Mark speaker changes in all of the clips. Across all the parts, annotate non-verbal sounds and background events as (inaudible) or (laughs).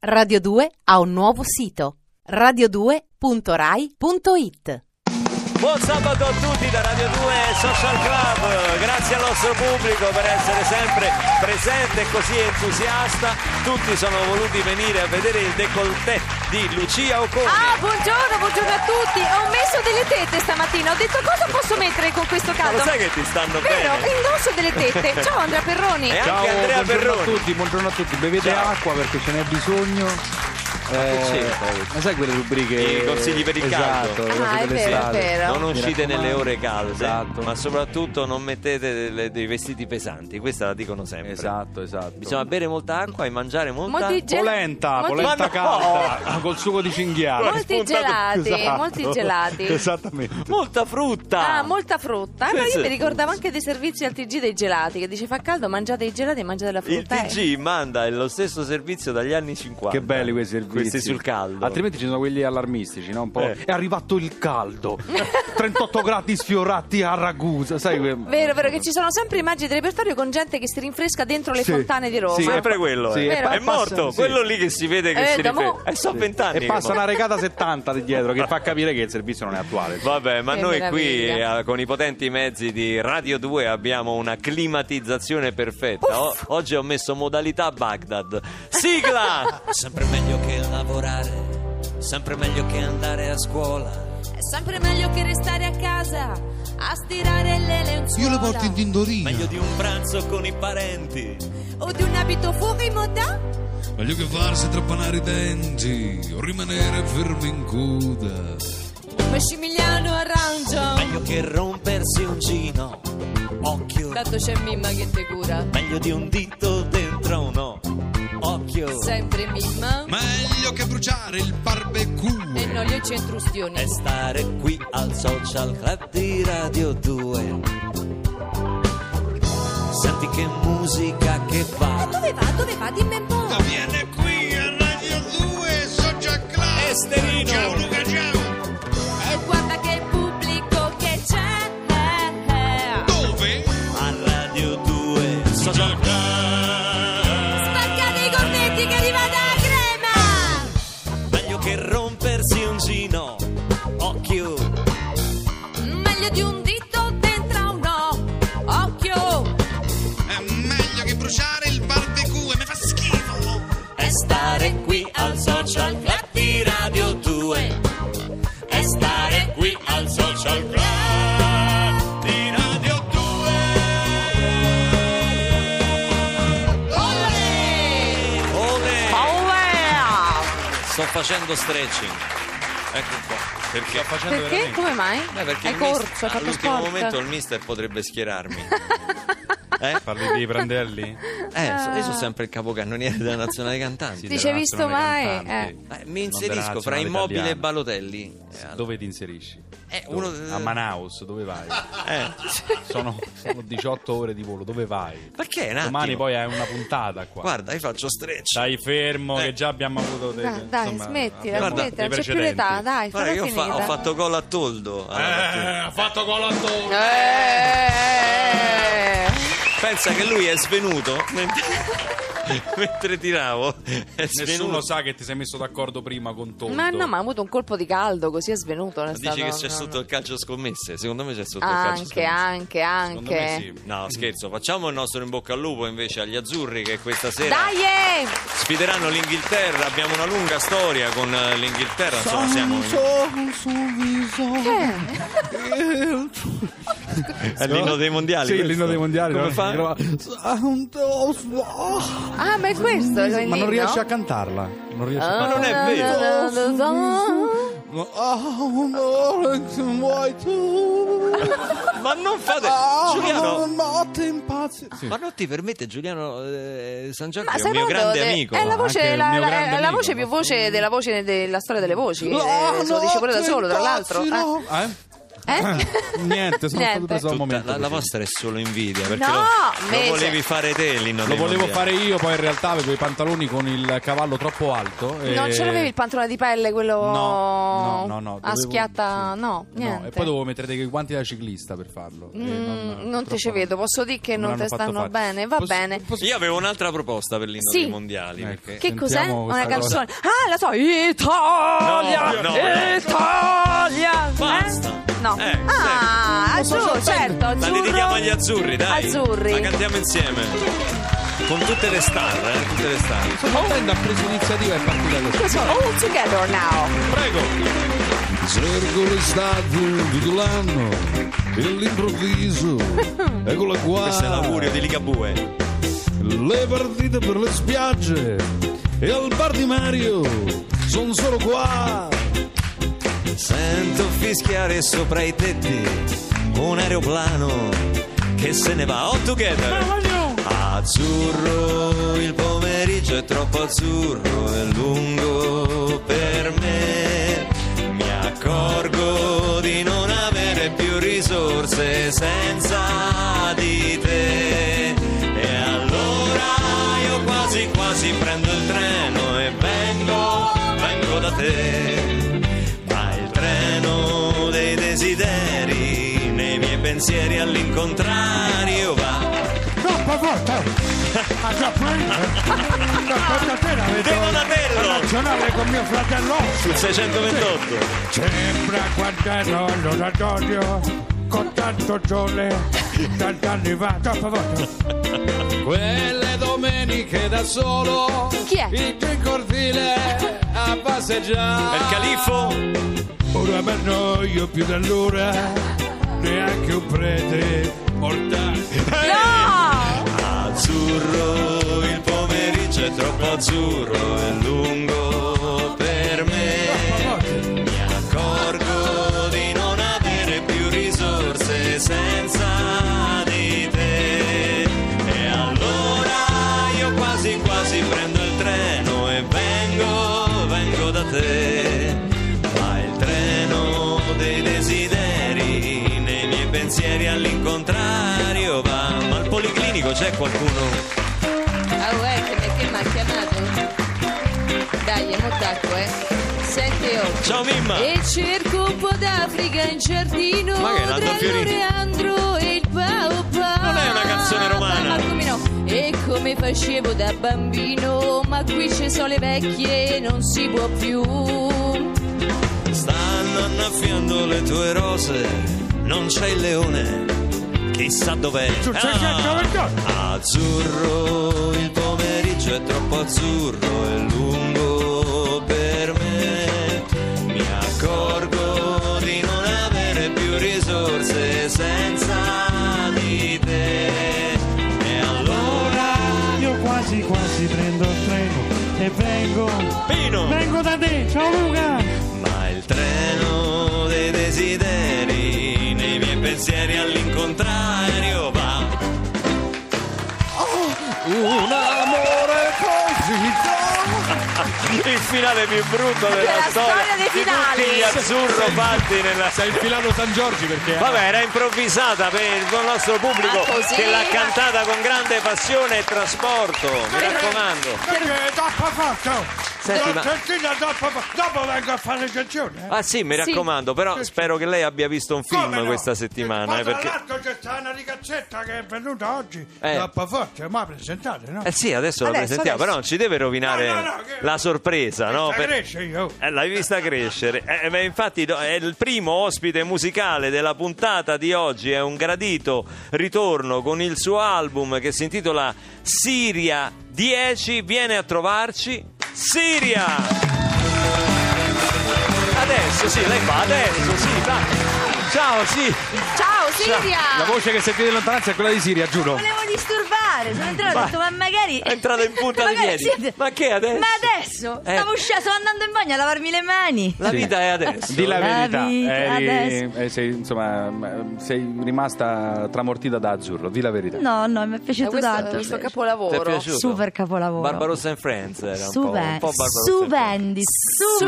Speaker 1: Radio 2 ha un nuovo sito radio2.rai.it
Speaker 2: Buon sabato a tutti da Radio 2 Social Club, grazie al nostro pubblico per essere sempre presente e così entusiasta. Tutti sono voluti venire a vedere il décolleté di Lucia Ocone.
Speaker 3: Ah, buongiorno, buongiorno a tutti. Ho messo delle tette stamattina. Ho detto cosa posso mettere con questo
Speaker 2: Ma
Speaker 3: caldo?
Speaker 2: lo sai che ti stanno
Speaker 3: Vero,
Speaker 2: bene? Eh,
Speaker 3: indosso delle
Speaker 2: (laughs)
Speaker 3: tette. Ciao Andrea Perroni.
Speaker 2: E
Speaker 4: Ciao,
Speaker 2: anche Andrea
Speaker 4: buongiorno
Speaker 2: Perroni.
Speaker 4: a tutti, buongiorno a tutti. Bevete
Speaker 2: Ciao.
Speaker 4: acqua perché ce n'è bisogno. Eh,
Speaker 2: c'entra questo?
Speaker 4: ma sai quelle rubriche?
Speaker 2: I consigli per il
Speaker 4: esatto,
Speaker 2: caldo.
Speaker 4: le cose
Speaker 3: Ah, è vero, è
Speaker 4: dell'estate.
Speaker 3: vero.
Speaker 2: Non uscite
Speaker 4: raccomando.
Speaker 2: nelle ore calde,
Speaker 4: Esatto.
Speaker 2: ma soprattutto non mettete delle- dei vestiti pesanti, questa la dicono sempre.
Speaker 4: Esatto, esatto.
Speaker 2: Bisogna bere molta acqua e mangiare molta
Speaker 3: Molti ge-
Speaker 4: Polenta,
Speaker 3: molti-
Speaker 4: polenta
Speaker 2: Ma no!
Speaker 4: calda col sugo di cinghiale.
Speaker 3: Molti gelati, molti
Speaker 2: Esatto.
Speaker 3: gelati.
Speaker 4: Esattamente.
Speaker 2: molta frutta.
Speaker 3: Ah, molta frutta. Ah, no,
Speaker 2: Questo-
Speaker 3: io mi ricordavo anche dei servizi al TG dei gelati, che dice fa caldo, mangiate i gelati e mangiate la
Speaker 2: Il
Speaker 3: frutta. eh.
Speaker 2: TG manda lo stesso servizio dagli anni 50.
Speaker 4: Che belli quei servizi.
Speaker 2: Questi sul caldo.
Speaker 4: Altrimenti ci sono quelli allarmistici, no? Un po'.
Speaker 2: Eh.
Speaker 4: È arrivato
Speaker 3: (laughs)
Speaker 4: il caldo. 38 gradi sfiorati a Ragusa, sai que-
Speaker 3: Vero, vero, che ci sono sempre immagini del repertorio con gente che si rinfresca dentro le
Speaker 4: Sì,
Speaker 3: fontane di Roma.
Speaker 4: sì,
Speaker 2: Sempre quello.
Speaker 4: Sì,
Speaker 2: eh.
Speaker 3: è
Speaker 2: è,
Speaker 3: pa-
Speaker 2: morto,
Speaker 4: passa- sì.
Speaker 2: quello lì che si vede che
Speaker 3: Eh,
Speaker 2: si
Speaker 3: da mo-
Speaker 2: riflette. Eh, so vent'anni.
Speaker 4: E
Speaker 2: che
Speaker 4: passa
Speaker 2: mo-
Speaker 4: una regata 70 di dietro che fa capire che il servizio non è attuale.
Speaker 2: Vabbè, ma
Speaker 3: Che
Speaker 2: noi qui
Speaker 3: meraviglia.
Speaker 2: eh, con i potenti mezzi di Radio 2 abbiamo una climatizzazione perfetta. O- oggi ho messo modalità Baghdad.
Speaker 3: (laughs)
Speaker 2: Sigla!
Speaker 5: Sempre meglio che lavorare, sempre meglio che andare a scuola.
Speaker 3: È sempre meglio che restare a casa a stirare le lenzuola.
Speaker 6: Io le porto in tintorina.
Speaker 5: Meglio di un pranzo con i parenti.
Speaker 3: O di un abito fuori moda.
Speaker 6: Meglio che farsi trappanare i denti o rimanere fermi in coda.
Speaker 3: Massimiliano Arrangio.
Speaker 5: Meglio che rompersi un gino. Occhio.
Speaker 3: Tanto c'è Mimma che te cura.
Speaker 5: Meglio di un dito dentro uno. Occhio.
Speaker 3: Sempre Mimma.
Speaker 6: Meglio che bruciare il barbecue.
Speaker 3: E non le centrustioni.
Speaker 2: Eh
Speaker 5: E stare qui al social club di Radio 2. Senti che musica che
Speaker 3: E
Speaker 5: va.
Speaker 3: Eh, dove va? Dove va? Dimmi un po'.
Speaker 6: Viene qui a Radio 2 Social Club.
Speaker 2: Esterino.
Speaker 6: Ciao Luca, ciao.
Speaker 3: E Eh, guarda che pubblico che Eh, c'è.
Speaker 6: Dove?
Speaker 5: A Radio 2. Social club.
Speaker 3: Spaccate i cornetti che arriva da crema.
Speaker 5: Meglio che rompersi un gino. Occhio.
Speaker 3: Meglio di un dito dentro un no. Occhio.
Speaker 6: È meglio che bruciare il barbecue. Mi fa schifo.
Speaker 5: è stare qui al social club di Radio 2 è stare qui al social club di Radio 2 Olè! sto facendo stretching ecco qua perché sto facendo
Speaker 3: Perché? Come mai?
Speaker 2: Eh, perché
Speaker 3: Hai
Speaker 2: il mist-
Speaker 3: corso, hai fatto
Speaker 2: all'ultimo
Speaker 3: sport.
Speaker 2: momento il mister potrebbe
Speaker 3: (laughs)
Speaker 2: schierarmi. eh?
Speaker 7: Parli di Prandelli?
Speaker 2: Eh, so- io sono sempre il capocannoniere della nazionale cantante.
Speaker 3: Ti sei visto mai? eh.
Speaker 2: mi inserisco fra Immobile e Balotelli. Eh,
Speaker 7: Dove ti inserisci?
Speaker 2: Eh,
Speaker 7: Dove?
Speaker 2: uno-
Speaker 7: A Manaus, dove
Speaker 2: (laughs)
Speaker 7: vai?
Speaker 2: eh,
Speaker 7: Sono, sono 18 ore di volo, dove vai?
Speaker 2: Perché un attimo?
Speaker 7: Domani poi hai una puntata qua.
Speaker 2: Guarda, io faccio stretch.
Speaker 7: Dai fermo
Speaker 2: Eh.
Speaker 7: che già abbiamo avuto dei,
Speaker 3: Dai, dai,
Speaker 7: insomma,
Speaker 3: smettila,
Speaker 7: abbiamo
Speaker 2: guarda,
Speaker 3: smettila,
Speaker 7: dei
Speaker 3: non c'è più
Speaker 7: precedenti. Eh,
Speaker 3: l'età, dai,
Speaker 2: Guarda,
Speaker 3: falla
Speaker 2: io ho fa-
Speaker 3: finita.
Speaker 2: ho fatto gol a Toldo. eh, alla mattina.
Speaker 7: ha fatto gol a Torre.
Speaker 3: Eh.
Speaker 2: Pensa che lui è svenuto mentre, (laughs) mentre tiravo. È svenuto.
Speaker 7: Nessuno sa che ti sei messo d'accordo prima con Toldo.
Speaker 3: Ma no, ma ha avuto un colpo di caldo, così è svenuto. non è
Speaker 2: Dici che
Speaker 3: stato-
Speaker 2: c'è
Speaker 3: no,
Speaker 2: sotto
Speaker 3: no.
Speaker 2: il calcio scommesse. Secondo me c'è sotto il calcio
Speaker 3: Anche,
Speaker 2: scommesse.
Speaker 3: anche,
Speaker 7: Secondo me
Speaker 3: anche.
Speaker 7: sì.
Speaker 2: No, scherzo, facciamo il nostro in bocca al lupo invece agli azzurri che questa sera
Speaker 3: Dai! eh!
Speaker 2: sfideranno l'Inghilterra. Abbiamo una lunga storia con eh, l'Inghilterra, insomma, siamo in- è l'inno dei mondiali.
Speaker 4: Sì,
Speaker 2: questo.
Speaker 4: l'inno dei mondiali.
Speaker 2: Come
Speaker 4: no?
Speaker 2: fa?
Speaker 4: Mi trova-
Speaker 3: Ah, ma è Ah. questo il
Speaker 4: Ma non
Speaker 3: inno?
Speaker 4: riesce a cantarla. Non riesce a
Speaker 2: Ma non è vero.
Speaker 3: No, no, no, no.
Speaker 2: Ma non fate
Speaker 3: Ah,
Speaker 2: Giuliano, ma non ti permette Giuliano eh, San Giorgio,
Speaker 3: Ma
Speaker 2: è un mio
Speaker 3: Semondo
Speaker 2: grande
Speaker 3: è-
Speaker 2: amico.
Speaker 3: È la
Speaker 7: Anche
Speaker 3: voce,
Speaker 7: il
Speaker 3: la,
Speaker 7: mio
Speaker 3: la-
Speaker 7: grande
Speaker 3: è la
Speaker 7: amico.
Speaker 3: voce più ah, voce della voce della storia delle voci. eh, se lo dice pure da solo, tra l'altro. eh.
Speaker 4: Eh?
Speaker 2: (laughs)
Speaker 3: Eh?
Speaker 7: Niente, sono stato
Speaker 3: Niente.
Speaker 7: preso al
Speaker 2: Tutta-
Speaker 7: momento.
Speaker 2: la, la
Speaker 7: così.
Speaker 2: vostra è solo invidia perché
Speaker 3: No,
Speaker 2: lo- lo,
Speaker 3: invece-
Speaker 2: volevi fare te l'inno
Speaker 7: Lo
Speaker 2: dei
Speaker 7: volevo fare
Speaker 2: mondiali.
Speaker 7: io, poi in realtà avevo i pantaloni con il cavallo troppo alto. e-
Speaker 3: Non
Speaker 4: Eh.
Speaker 3: ce l'avevi il pantalone di pelle, quello
Speaker 7: No, no, no, no.
Speaker 3: a
Speaker 7: dovevo-
Speaker 3: schiatta,
Speaker 7: sì.
Speaker 3: no, niente.
Speaker 7: E poi dovevo mettere dei guanti da ciclista per farlo. e
Speaker 3: Mm, non,
Speaker 7: purtroppo
Speaker 3: te ci vedo, posso dire che
Speaker 7: me
Speaker 3: non
Speaker 7: l'hanno
Speaker 3: te
Speaker 7: fatto
Speaker 3: stanno
Speaker 7: fare.
Speaker 3: bene, va
Speaker 7: Posso-
Speaker 3: bene.
Speaker 7: posso-
Speaker 2: io avevo un'altra proposta per l'inno
Speaker 3: Sì.
Speaker 2: dei mondiali
Speaker 7: Ecco.
Speaker 2: perché-
Speaker 3: Che cos'è?
Speaker 7: Sentiamo
Speaker 3: Una
Speaker 7: questa cosa.
Speaker 3: canzone. Ah, la so. Italia!
Speaker 2: No, no, no.
Speaker 3: Italia!
Speaker 2: Basta.
Speaker 3: Eh? No.
Speaker 2: Eh,
Speaker 3: ah, azzurro, certo.
Speaker 2: la
Speaker 3: Azzurro.
Speaker 2: dedichiamo agli azzurri dai
Speaker 3: Azzurri.
Speaker 2: la cantiamo insieme con tutte le star eh, tutte le star
Speaker 7: Sono contento, ha preso l'iniziativa e è partita così.
Speaker 3: Che sono all together now.
Speaker 7: Prego.
Speaker 6: Svergo l'estate tutto l'anno e
Speaker 3: (laughs)
Speaker 6: all'improvviso eccola qua
Speaker 2: questo è l'augurio di Ligabue
Speaker 6: le partite per le spiagge e al bar di Mario sono solo qua
Speaker 2: sento fischiare sopra i tetti un aeroplano che se ne va all together Azzurro, il pomeriggio è troppo azzurro, è lungo per me. Mi accorgo di non avere più risorse senza di te. E allora io quasi quasi prendo il treno e vengo, vengo da te. Ma il treno dei desideri, nei miei pensieri all'incontrario va.
Speaker 8: Troppo forte! Ah, A eh. Giappone!
Speaker 2: Devo Donatello
Speaker 8: Nazionale con mio fratello!
Speaker 2: sul 628
Speaker 8: Sembra guardarlo all'oratorio con tanto sole, tanto arrivato, troppo forte!
Speaker 7: Quelle domeniche da solo.
Speaker 3: Chi è?
Speaker 7: Il in cortile a passeggiare.
Speaker 2: per Califo
Speaker 8: Ora per noi io più dell'ora, neanche un prete mortale.
Speaker 3: No!
Speaker 2: azzurro il pomeriggio è troppo azzurro è lungo per me mi accorgo di non avere più risorse senza di te e allora io quasi quasi prendo il treno e vengo vengo da te ma il treno dei desideri nei miei pensieri all'incontrario va ma al policlinico c'è qualcuno
Speaker 9: Ah uè, che mi che mi ha chiamato? Dai, è tacco, eh. Senti oh.
Speaker 2: ciao Mimma
Speaker 9: E cerco un po' d'Africa in giardino
Speaker 2: Ma che è, Nando
Speaker 9: tra
Speaker 2: Fiorini?
Speaker 9: l'oreandro e il baobab.
Speaker 2: Non è una canzone romana.
Speaker 9: Ma come no? E come facevo da bambino, ma qui ci sono le vecchie, non si può più.
Speaker 2: Stanno annaffiando le tue rose, non c'è il leone, chissà dov'è. Ah,
Speaker 8: Sul 628.
Speaker 2: azzurro, il pomeriggio è troppo azzurro, è lungo per me. Mi accorgo di non avere più risorse senza di te. E allora,
Speaker 8: Io quasi quasi prendo il treno e vengo,
Speaker 2: Pino!
Speaker 8: vengo da te, ciao Luca!
Speaker 2: Ma il treno dei desideri nei miei pensieri all'incontrario va.
Speaker 7: Un amore così.
Speaker 2: Il finale più brutto della
Speaker 3: la storia dei finali.
Speaker 2: Tutti gli azzurro fatti nella
Speaker 7: Si è infilato San Giorgi perché.
Speaker 2: Vabbè, era improvvisata per il nostro pubblico
Speaker 3: Ma così?
Speaker 2: che l'ha cantata con grande passione e trasporto. Mi
Speaker 3: Ah,
Speaker 2: raccomando.
Speaker 3: eh.
Speaker 8: Perché troppo forte!
Speaker 2: Senti, ma-
Speaker 8: Non sentite troppo forte! Dopo vengo a fare canzone! eh.
Speaker 2: Ah sì, mi
Speaker 3: Sì.
Speaker 2: raccomando, però spero che lei abbia visto un film
Speaker 8: Come no?
Speaker 2: questa settimana.
Speaker 8: Ma
Speaker 2: eh,
Speaker 8: tra
Speaker 2: perché...
Speaker 8: l'altro c'è stata una ragazzetta che è venuta oggi,
Speaker 2: Eh.
Speaker 8: troppo forte, ma presentate, no?
Speaker 2: Eh sì, adesso, la
Speaker 3: Adesso,
Speaker 2: presentiamo,
Speaker 3: adesso.
Speaker 2: però non ci deve rovinare
Speaker 8: No, no, no, che-
Speaker 2: la sorpresa, no?
Speaker 8: Questa
Speaker 2: Per-
Speaker 3: Esatto.
Speaker 8: cresce io!
Speaker 2: Eh, l'hai vista crescere. Eh, beh, infatti do- è il primo ospite musicale della puntata di oggi, è un gradito ritorno con il suo album che si intitola Siria 10, viene a trovarci Siria! Adesso sì, lei fa adesso, sì, va. Ciao, sì.
Speaker 3: Ciao
Speaker 2: faccia.
Speaker 9: Siria!
Speaker 4: La voce che sentite in lontananza è quella di Siria, giuro.
Speaker 10: volevo disturbare, sono entrato e ho detto ma magari...
Speaker 2: È entrata in punta di
Speaker 10: (laughs) Magari
Speaker 2: piedi.
Speaker 10: siete-
Speaker 2: Ma che adesso?
Speaker 10: Ma adesso?
Speaker 2: Eh.
Speaker 10: Stavo uscendo, stavo andando in bagno a lavarmi le mani.
Speaker 2: La
Speaker 4: Sì.
Speaker 2: vita è adesso.
Speaker 4: Di la
Speaker 10: La
Speaker 4: verità,
Speaker 10: vita
Speaker 4: eri,
Speaker 10: adesso.
Speaker 4: eh, sei, insomma, m- sei rimasta tramortita da azzurro, di la verità.
Speaker 10: No, no, mi è
Speaker 9: Ma Eh,
Speaker 10: piaciuto
Speaker 9: questo è
Speaker 10: tanto.
Speaker 9: il suo
Speaker 2: Ti è
Speaker 9: capolavoro.
Speaker 2: piaciuto?
Speaker 10: Super capolavoro.
Speaker 2: Barbarossa and Friends era un po', un po'
Speaker 10: Super,
Speaker 2: Barbarossa and Friends.
Speaker 10: stupendi,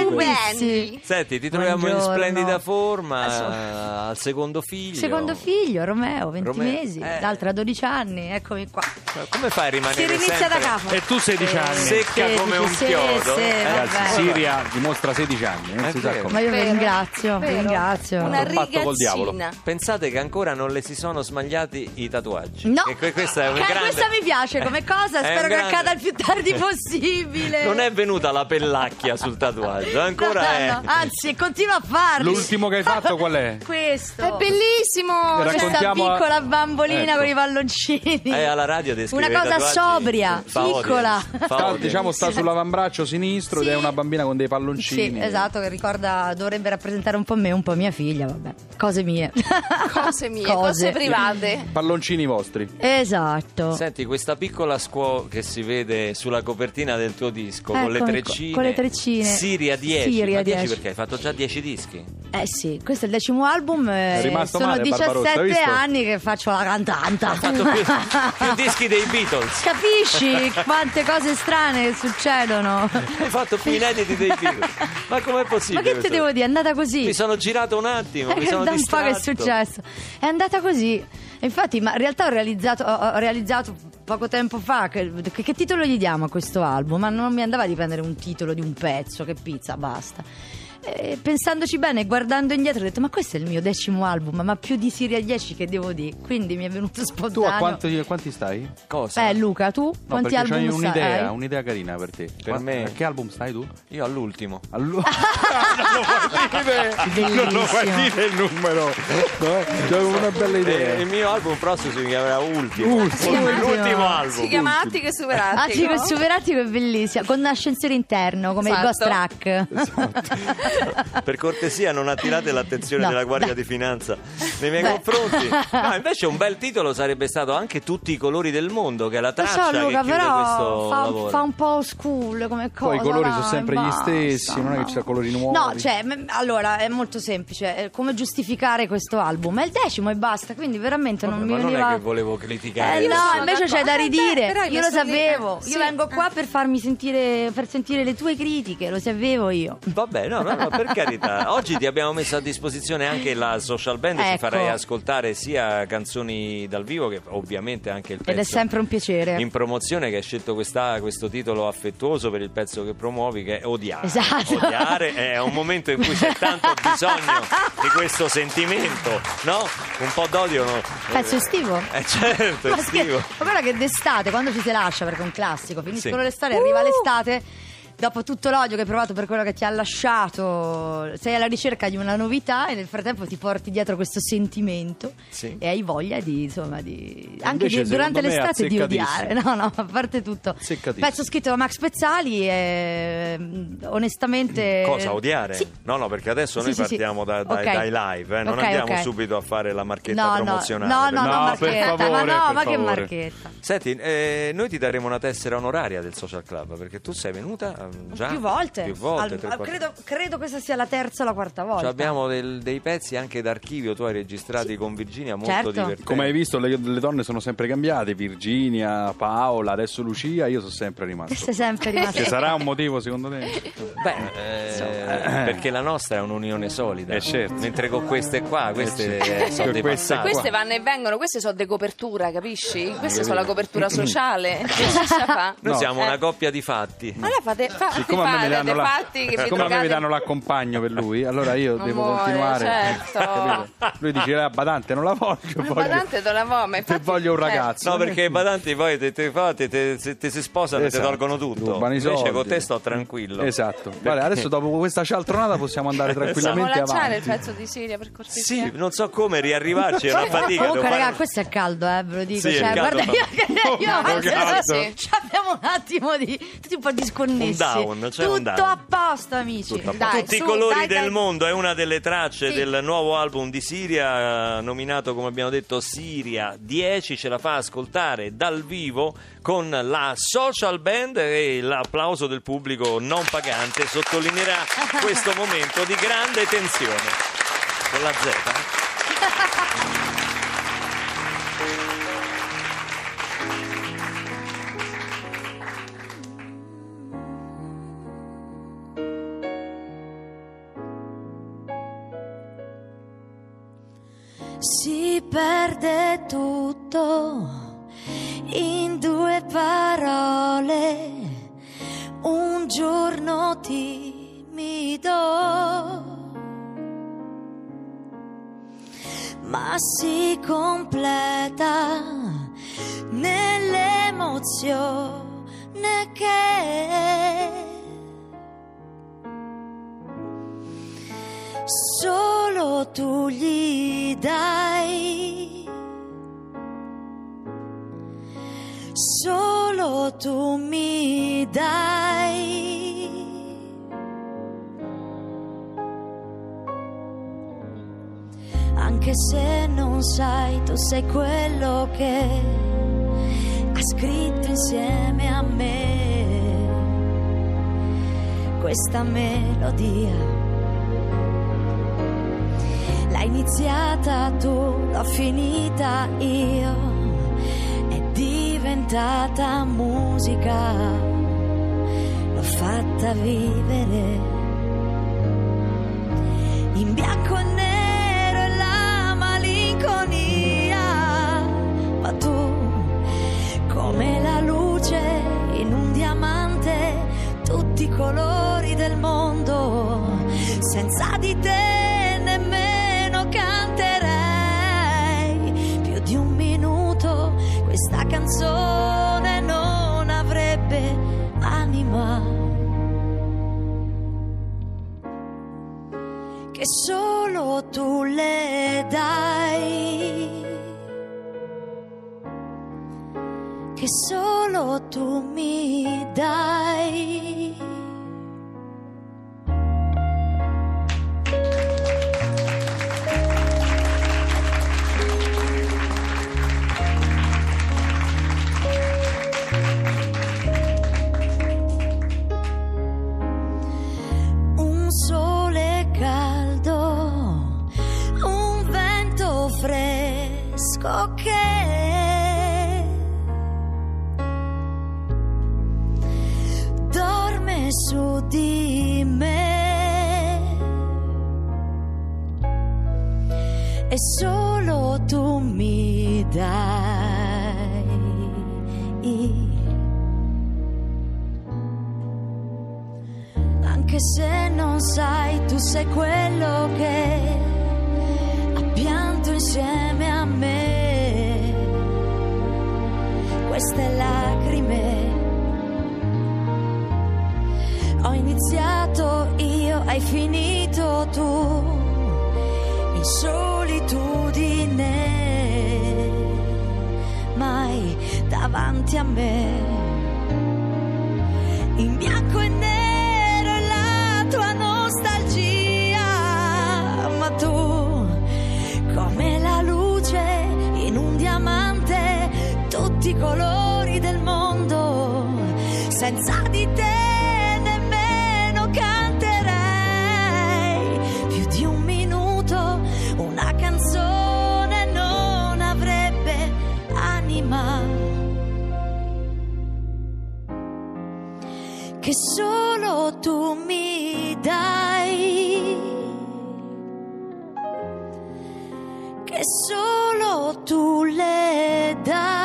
Speaker 10: stupendissimi.
Speaker 2: Senti, ti troviamo in
Speaker 10: Buongiorno.
Speaker 2: splendida forma
Speaker 10: Adesso-
Speaker 2: eh, al secondo figlio.
Speaker 10: Secondo figlio, Romeo, 20
Speaker 2: Romeo,
Speaker 10: mesi,
Speaker 2: eh.
Speaker 10: l'altra 12 anni, eccomi qua.
Speaker 2: Ma Cioè, Eh, Come fai a rimanere
Speaker 10: Si rinizia
Speaker 2: sempre
Speaker 10: da capo.
Speaker 4: E tu 16 anni. Eh,
Speaker 2: secca
Speaker 10: Eh, Sì,
Speaker 2: come
Speaker 10: dici,
Speaker 2: un
Speaker 10: sì,
Speaker 2: chiodo?
Speaker 10: sì,
Speaker 2: Eh,
Speaker 4: Ragazzi,
Speaker 10: vabbè.
Speaker 4: Siria dimostra 16 anni, non
Speaker 2: È
Speaker 4: si sa
Speaker 2: vero.
Speaker 4: come.
Speaker 10: Ma io vi
Speaker 9: Vero,
Speaker 10: ringrazio, vi
Speaker 9: vero.
Speaker 10: ringrazio.
Speaker 9: Una
Speaker 4: Sono fatto col diavolo.
Speaker 9: rigazzina.
Speaker 2: Pensate che ancora non le si sono smagliati i tatuaggi.
Speaker 10: No,
Speaker 2: E que- questa è un
Speaker 10: Ca-
Speaker 2: grande...
Speaker 10: questa mi piace
Speaker 2: (laughs)
Speaker 10: come
Speaker 2: È
Speaker 10: cosa,
Speaker 2: un
Speaker 10: spero che
Speaker 2: grande-
Speaker 10: accada il
Speaker 2: (laughs)
Speaker 10: più tardi possibile.
Speaker 2: Non è venuta la pellacchia sul tatuaggio, ancora
Speaker 10: No,
Speaker 2: è.
Speaker 10: no, Ah, Anzi, continua a farli.
Speaker 4: L'ultimo che hai fatto qual è?
Speaker 10: (laughs) Questo.
Speaker 9: È bellissimo!
Speaker 4: Era-
Speaker 10: Questa
Speaker 4: Raccontiamo a-
Speaker 10: piccola bambolina
Speaker 4: Ecco.
Speaker 10: con i palloncini.
Speaker 2: Eh, alla radio descrive
Speaker 10: Una
Speaker 2: i
Speaker 10: cosa
Speaker 2: tatuaggi-
Speaker 10: sobria,
Speaker 2: fa
Speaker 10: piccola.
Speaker 2: audience, fa
Speaker 4: Sta-
Speaker 2: audience.
Speaker 4: diciamo sta sull'avambraccio sinistro ed
Speaker 10: Sì.
Speaker 4: è una bambina con dei palloncini.
Speaker 10: Sì, esatto, che ricorda, dovrebbe rappresentare un po' me, un po' mia figlia, vabbè. Cose mie.
Speaker 9: Cose
Speaker 10: (laughs)
Speaker 9: mie, cose private.
Speaker 4: Palloncini vostri.
Speaker 10: Esatto.
Speaker 2: Senti, questa piccola scuola che si vede sulla copertina del tuo disco con le
Speaker 10: Eccomi qua,
Speaker 2: treccine.
Speaker 10: con le treccine.
Speaker 2: Siria 10.
Speaker 10: Siria
Speaker 2: ma 10,
Speaker 10: 10.
Speaker 2: perché hai fatto già 10 dischi.
Speaker 10: Eh sì, questo è il decimo album. eh,
Speaker 4: È rimasto
Speaker 10: sono
Speaker 4: male, Barbarossa,
Speaker 10: 17
Speaker 4: hai visto?
Speaker 10: anni che faccio la cantanta.
Speaker 2: Hai fatto più, più dischi dei Beatles.
Speaker 10: (laughs) Capisci quante cose strane succedono?
Speaker 2: Hai fatto più inediti dei Beatles. Ma com'è
Speaker 10: Ma
Speaker 2: possibile?
Speaker 10: che ti
Speaker 2: questo?
Speaker 10: devo dire? È andata così.
Speaker 2: Mi sono girato un attimo, mi
Speaker 10: Eh,
Speaker 2: sono
Speaker 10: da un po'
Speaker 2: distratto.
Speaker 10: che è successo. È andata così. E Infatti, ma in realtà ho realizzato, ho- ho realizzato poco tempo fa che, che- che titolo gli diamo a questo album, ma non mi andava di prendere un titolo di un pezzo, che pizza, basta. E pensandoci bene, guardando indietro, ho detto: Ma questo è il mio decimo album, ma più di Siria 10 che devo dire. Quindi mi è venuto spontaneo.
Speaker 4: Tu a quanti, a quanti stai?
Speaker 2: Cosa?
Speaker 10: Eh, Luca, tu
Speaker 4: No,
Speaker 10: quanti
Speaker 4: perché c'hai
Speaker 10: album sai?
Speaker 4: un'idea, un'idea carina per te. Per
Speaker 2: me?
Speaker 4: A che album stai tu?
Speaker 2: Io
Speaker 4: (laughs)
Speaker 2: all'ultimo.
Speaker 10: (laughs)
Speaker 4: Allora, non lo puoi dire il numero. No? C'avevo una bella
Speaker 2: Eh,
Speaker 4: idea.
Speaker 2: il mio album prossimo si chiamerà Ultimo.
Speaker 10: Ultimo.
Speaker 2: L'ultimo album.
Speaker 9: Si chiama Attico e
Speaker 10: Ah,
Speaker 9: Superattico.
Speaker 10: sì, con Superattico è bellissima, con un ascensore interno come il Ghost
Speaker 9: Esatto.
Speaker 10: Track.
Speaker 2: Esatto. Per cortesia, non attirate l'attenzione
Speaker 10: No,
Speaker 2: della Guardia di Finanza nei miei
Speaker 10: (laughs)
Speaker 2: confronti. No, invece un bel titolo sarebbe stato anche Tutti i colori del mondo, che è la
Speaker 10: Lo
Speaker 2: traccia
Speaker 10: so Luca,
Speaker 2: che chiude
Speaker 10: però
Speaker 2: questo
Speaker 10: fa,
Speaker 2: lavoro.
Speaker 10: fa un po' oscuro come cosa.
Speaker 4: Poi i colori
Speaker 10: dai,
Speaker 4: sono sempre gli
Speaker 10: basta,
Speaker 4: stessi, non è che ci sono colori nuovi.
Speaker 10: No, cioè, m- allora è molto semplice. eh, Come giustificare questo album? È il decimo e basta, quindi veramente non mi
Speaker 2: Ma non
Speaker 10: veniva.
Speaker 2: è che volevo criticare.
Speaker 10: Eh no,
Speaker 9: sono
Speaker 10: invece c'è da
Speaker 9: d'accordo. Eh, beh,
Speaker 10: ridire.
Speaker 9: però io
Speaker 10: io lo
Speaker 9: posso dire-
Speaker 10: sapevo.
Speaker 9: eh,
Speaker 10: Io
Speaker 9: sì,
Speaker 10: vengo
Speaker 9: eh.
Speaker 10: qua per farmi sentire, per sentire le tue critiche, lo sapevo io.
Speaker 2: Vabbè, no, no, no, per carità. Oggi ti abbiamo messo a disposizione anche la social band, ci
Speaker 10: Ecco.
Speaker 2: farai ascoltare sia canzoni dal vivo che ovviamente anche il pezzo.
Speaker 10: Ed è sempre un piacere.
Speaker 2: in promozione che hai scelto questa- questo titolo affettuoso per il pezzo che promuovi che è odiare.
Speaker 10: Esatto.
Speaker 2: Odiare è un momento in cui c'è (laughs) tanto bisogno di questo sentimento, no? Un po' d'odio no?
Speaker 10: Pezzo estivo?
Speaker 2: Eh certo,
Speaker 10: Ma
Speaker 2: estivo.
Speaker 10: scherzo, ma guarda che d'estate, quando ci si lascia, perché è un classico, finiscono
Speaker 2: Sì.
Speaker 10: le storie, arriva l'estate. Dopo tutto l'odio che hai provato per quello che ti ha lasciato, sei alla ricerca di una novità e nel frattempo ti porti dietro questo sentimento
Speaker 2: Sì.
Speaker 10: e hai voglia di, insomma, di, anche
Speaker 4: Invece,
Speaker 10: di- durante
Speaker 4: secondo me, è
Speaker 10: l'estate di odiare. (laughs)
Speaker 4: azzeccatissimo.
Speaker 10: No, no, a parte tutto.
Speaker 4: Azzeccatissimo.
Speaker 10: Pezzo scritto da Max Pezzali e mm, onestamente...
Speaker 2: Cosa odiare?
Speaker 10: Eh, Sì.
Speaker 2: No, no, perché adesso
Speaker 10: Sì,
Speaker 2: noi
Speaker 10: sì, sì.
Speaker 2: partiamo da- dai,
Speaker 10: Ok.
Speaker 2: dai live, eh, non
Speaker 10: Ok,
Speaker 2: andiamo
Speaker 10: ok.
Speaker 2: subito a fare la marchetta
Speaker 10: No, no, no,
Speaker 2: promozionale.
Speaker 10: no,
Speaker 2: perché-
Speaker 10: no,
Speaker 4: No, per
Speaker 10: marchetta,
Speaker 4: favore,
Speaker 10: ma no,
Speaker 4: per
Speaker 10: ma che
Speaker 4: favore.
Speaker 10: marchetta.
Speaker 2: Senti, eh, noi ti daremo una tessera onoraria del social club perché tu sei venuta ehm, già
Speaker 10: più volte,
Speaker 2: più volte,
Speaker 10: Al-
Speaker 2: tre,
Speaker 10: al-
Speaker 2: quattro-
Speaker 10: credo, credo questa sia la terza o la quarta
Speaker 2: Cioè,
Speaker 10: volta
Speaker 2: abbiamo del- dei pezzi anche d'archivio, tu hai registrati con Virginia, molto
Speaker 10: Certo.
Speaker 2: divertenti.
Speaker 4: Come hai visto, le, le donne sono sempre cambiate. Virginia, Paola, adesso Lucia, io sono sempre rimasto.
Speaker 10: sei sempre rimasto
Speaker 4: Ci sarà un motivo secondo
Speaker 10: (laughs)
Speaker 4: te?
Speaker 2: Beh, eh, perché la nostra è un'unione solida.
Speaker 4: Eh, certo.
Speaker 2: Mentre con queste qua, queste eh, sono dei
Speaker 4: Queste
Speaker 2: passaggi.
Speaker 9: Queste vanno e vengono, queste sono de copertura,
Speaker 4: Ah,
Speaker 9: capisci? Queste sono la copertura sociale.
Speaker 4: (laughs)
Speaker 9: Che si sa fa?
Speaker 2: Noi siamo
Speaker 9: Eh.
Speaker 2: una coppia di fatti.
Speaker 9: Allora fate, fa,
Speaker 4: Siccome a me mi
Speaker 9: Ah, fate
Speaker 4: danno,
Speaker 9: dei
Speaker 4: la-
Speaker 9: fatti che vi
Speaker 4: siccome a me mi
Speaker 9: drogate-
Speaker 4: danno l'accompagno per lui, allora io devo
Speaker 9: Amore,
Speaker 4: continuare.
Speaker 9: certo.
Speaker 4: (laughs) Capito? Lui dice: La badante non la voglio.
Speaker 9: Ma
Speaker 4: voglio-
Speaker 9: badante te la vo, ma
Speaker 4: Se
Speaker 9: infatti-
Speaker 4: voglio un
Speaker 9: eh.
Speaker 4: ragazzo.
Speaker 2: No, perché i badanti poi ti, ti fa- ti- ti- se- ti si sposano e ti
Speaker 4: Esatto.
Speaker 2: tolgono tutto.
Speaker 4: Rubano i
Speaker 2: Invece
Speaker 4: soldi.
Speaker 2: con te sto tranquillo. Esatto.
Speaker 4: Esatto. Guarda, adesso dopo questa cialtronata possiamo andare
Speaker 9: Possiamo
Speaker 4: tranquillamente
Speaker 9: lanciare
Speaker 4: avanti.
Speaker 9: il pezzo di Siria per cortesia?
Speaker 2: Sì, non so come riarrivarci, è una fatica. devo
Speaker 10: comunque
Speaker 2: fare-
Speaker 10: raga questo è caldo eh ve lo dico
Speaker 2: Sì, è
Speaker 10: cioè, (laughs)
Speaker 2: caldo,
Speaker 10: guarda
Speaker 2: ma-
Speaker 10: io, io,
Speaker 9: caldo.
Speaker 10: ci abbiamo un attimo di tutti un po' disconnessi
Speaker 2: Un down, c'è
Speaker 10: Tutto
Speaker 2: un down.
Speaker 10: a posto, amici.
Speaker 2: Tutto a posto.
Speaker 10: Dai,
Speaker 2: Tutti
Speaker 10: su,
Speaker 2: i colori
Speaker 10: dai,
Speaker 2: del
Speaker 10: dai.
Speaker 2: mondo è una delle tracce
Speaker 10: Sì.
Speaker 2: del nuovo album di Siria, eh, nominato come abbiamo detto Siria 10. Ce la fa ascoltare dal vivo con la social band e l'applauso del pubblico non pagante sottolineerà questo momento di grande tensione. Con la Z.
Speaker 11: si perde tutto in due parole. Un giorno timido, ma si completa nell'emozione che solo tu gli dai. Solo tu mi dai. Anche se non sai, tu sei quello che ha scritto insieme a me questa melodia. L'hai iniziata tu, l'ho finita io, è diventata musica, l'ho fatta vivere. In bianco e nero è la malinconia, ma tu, come la luce in un diamante, tutti i colori del mondo, senza di te nemmeno canterei più di un minuto questa canzone non avrebbe anima che solo tu le dai che solo tu mi dai un sole caldo, un vento fresco che dorme su di me e solo tu mi dai. anche se non sai, tu sei quello che ha pianto insieme a me. Queste lacrime ho iniziato io, hai finito tu in solitudine, mai davanti a me in bianco e nero è la tua nostalgia, ma tu come la luce in un diamante, tutti i colori del mondo, senza di te nemmeno canterei più di un minuto una canzone non avrebbe anima. che solo tu mi dai, che solo tu le dai.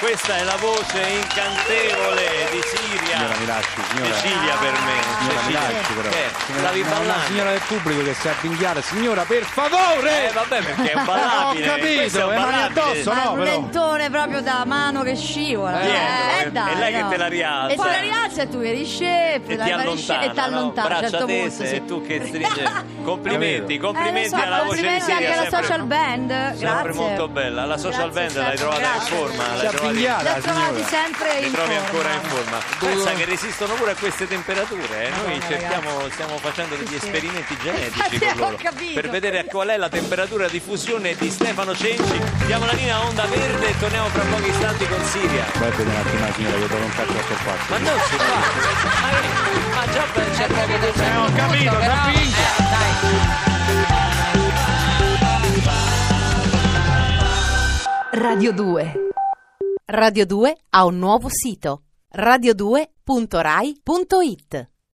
Speaker 2: Questa è la voce incantevole di Siria.
Speaker 4: Signora, mi lasci, signora.
Speaker 2: Cecilia per me.
Speaker 4: Signora, mi
Speaker 2: Cecilia.
Speaker 4: lasci, però.
Speaker 2: Che?
Speaker 4: Signora-
Speaker 2: Eh, Stavi
Speaker 4: una- una
Speaker 2: ballando?
Speaker 4: signora del pubblico che si è avvinghiata. Signora, per favore!
Speaker 2: Eh, vabbè, perché è
Speaker 4: (laughs) Ho
Speaker 2: ballabile. Questo è
Speaker 4: capito,
Speaker 2: un
Speaker 4: le mani
Speaker 2: ballabile.
Speaker 4: addosso,
Speaker 10: Ma è
Speaker 4: no,
Speaker 10: Ah, un
Speaker 4: però.
Speaker 10: lentone proprio da mano che scivola.
Speaker 2: Eh,
Speaker 10: Eh,
Speaker 2: eh,
Speaker 10: dai,
Speaker 2: è lei che
Speaker 10: no.
Speaker 2: te la rialza.
Speaker 10: E te la rialza e tu che riscepi,
Speaker 2: E
Speaker 10: la
Speaker 2: ti
Speaker 10: fai risce-
Speaker 2: allontana,
Speaker 10: e ti allontana.
Speaker 2: no?
Speaker 10: a un
Speaker 2: Braccia
Speaker 10: certo
Speaker 2: tese
Speaker 10: punto, sì.
Speaker 2: e tu
Speaker 10: (laughs)
Speaker 2: che stringe. complimenti,
Speaker 10: Eh,
Speaker 2: complimenti
Speaker 10: lo so,
Speaker 2: alla voce di
Speaker 10: complimenti
Speaker 2: Siria.
Speaker 10: anche alla
Speaker 2: sempre-
Speaker 10: social band.
Speaker 2: Sempre
Speaker 10: Grazie.
Speaker 2: molto bella, la social band
Speaker 10: Grazie,
Speaker 2: l'hai
Speaker 10: Stefano,
Speaker 2: trovata in
Speaker 10: grazie.
Speaker 2: forma,
Speaker 10: Si
Speaker 2: l'hai
Speaker 10: è
Speaker 2: trovata
Speaker 10: avvinghiata, L'ha trovati signora. sempre
Speaker 2: Li
Speaker 10: in
Speaker 2: trovi
Speaker 10: forma.
Speaker 2: ancora in forma. Pensa che resistono pure a queste temperature, eh? noi
Speaker 10: Madonna,
Speaker 2: cerchiamo, stiamo facendo degli
Speaker 10: (laughs)
Speaker 2: esperimenti genetici
Speaker 10: Infatti,
Speaker 2: con
Speaker 10: ho
Speaker 2: loro
Speaker 10: capito.
Speaker 2: per vedere qual è la temperatura di fusione di Stefano Cenci. Diamo la linea a onda verde e torniamo fra pochi istanti con Siria.
Speaker 4: Vai a vedere un attimo la signora che dopo un cazzo a quel fatto.
Speaker 2: Ma non si fa,
Speaker 10: (laughs)
Speaker 2: ma, ma già c'è capito, c'è ho capito,
Speaker 1: Radio 2. Radio 2 ha un nuovo sito radio2.rai.it